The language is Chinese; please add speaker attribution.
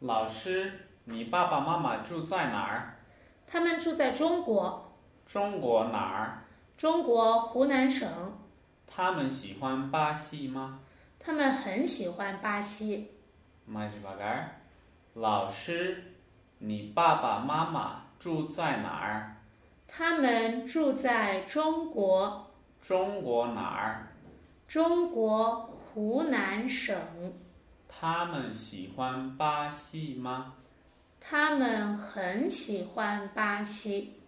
Speaker 1: 老师，你爸爸妈妈住在哪儿？
Speaker 2: 他们住在中国，
Speaker 1: 中国哪儿？
Speaker 2: 中国湖南省。
Speaker 1: 他们喜欢巴西吗？
Speaker 2: 他们很喜欢巴西。
Speaker 1: Mais devagar. 老师，你爸爸妈妈住在哪儿？
Speaker 2: 他们住在中国，
Speaker 1: 中国哪儿？
Speaker 2: 中国湖南省。
Speaker 1: 他们喜欢巴西吗？
Speaker 2: 他们很喜欢巴西。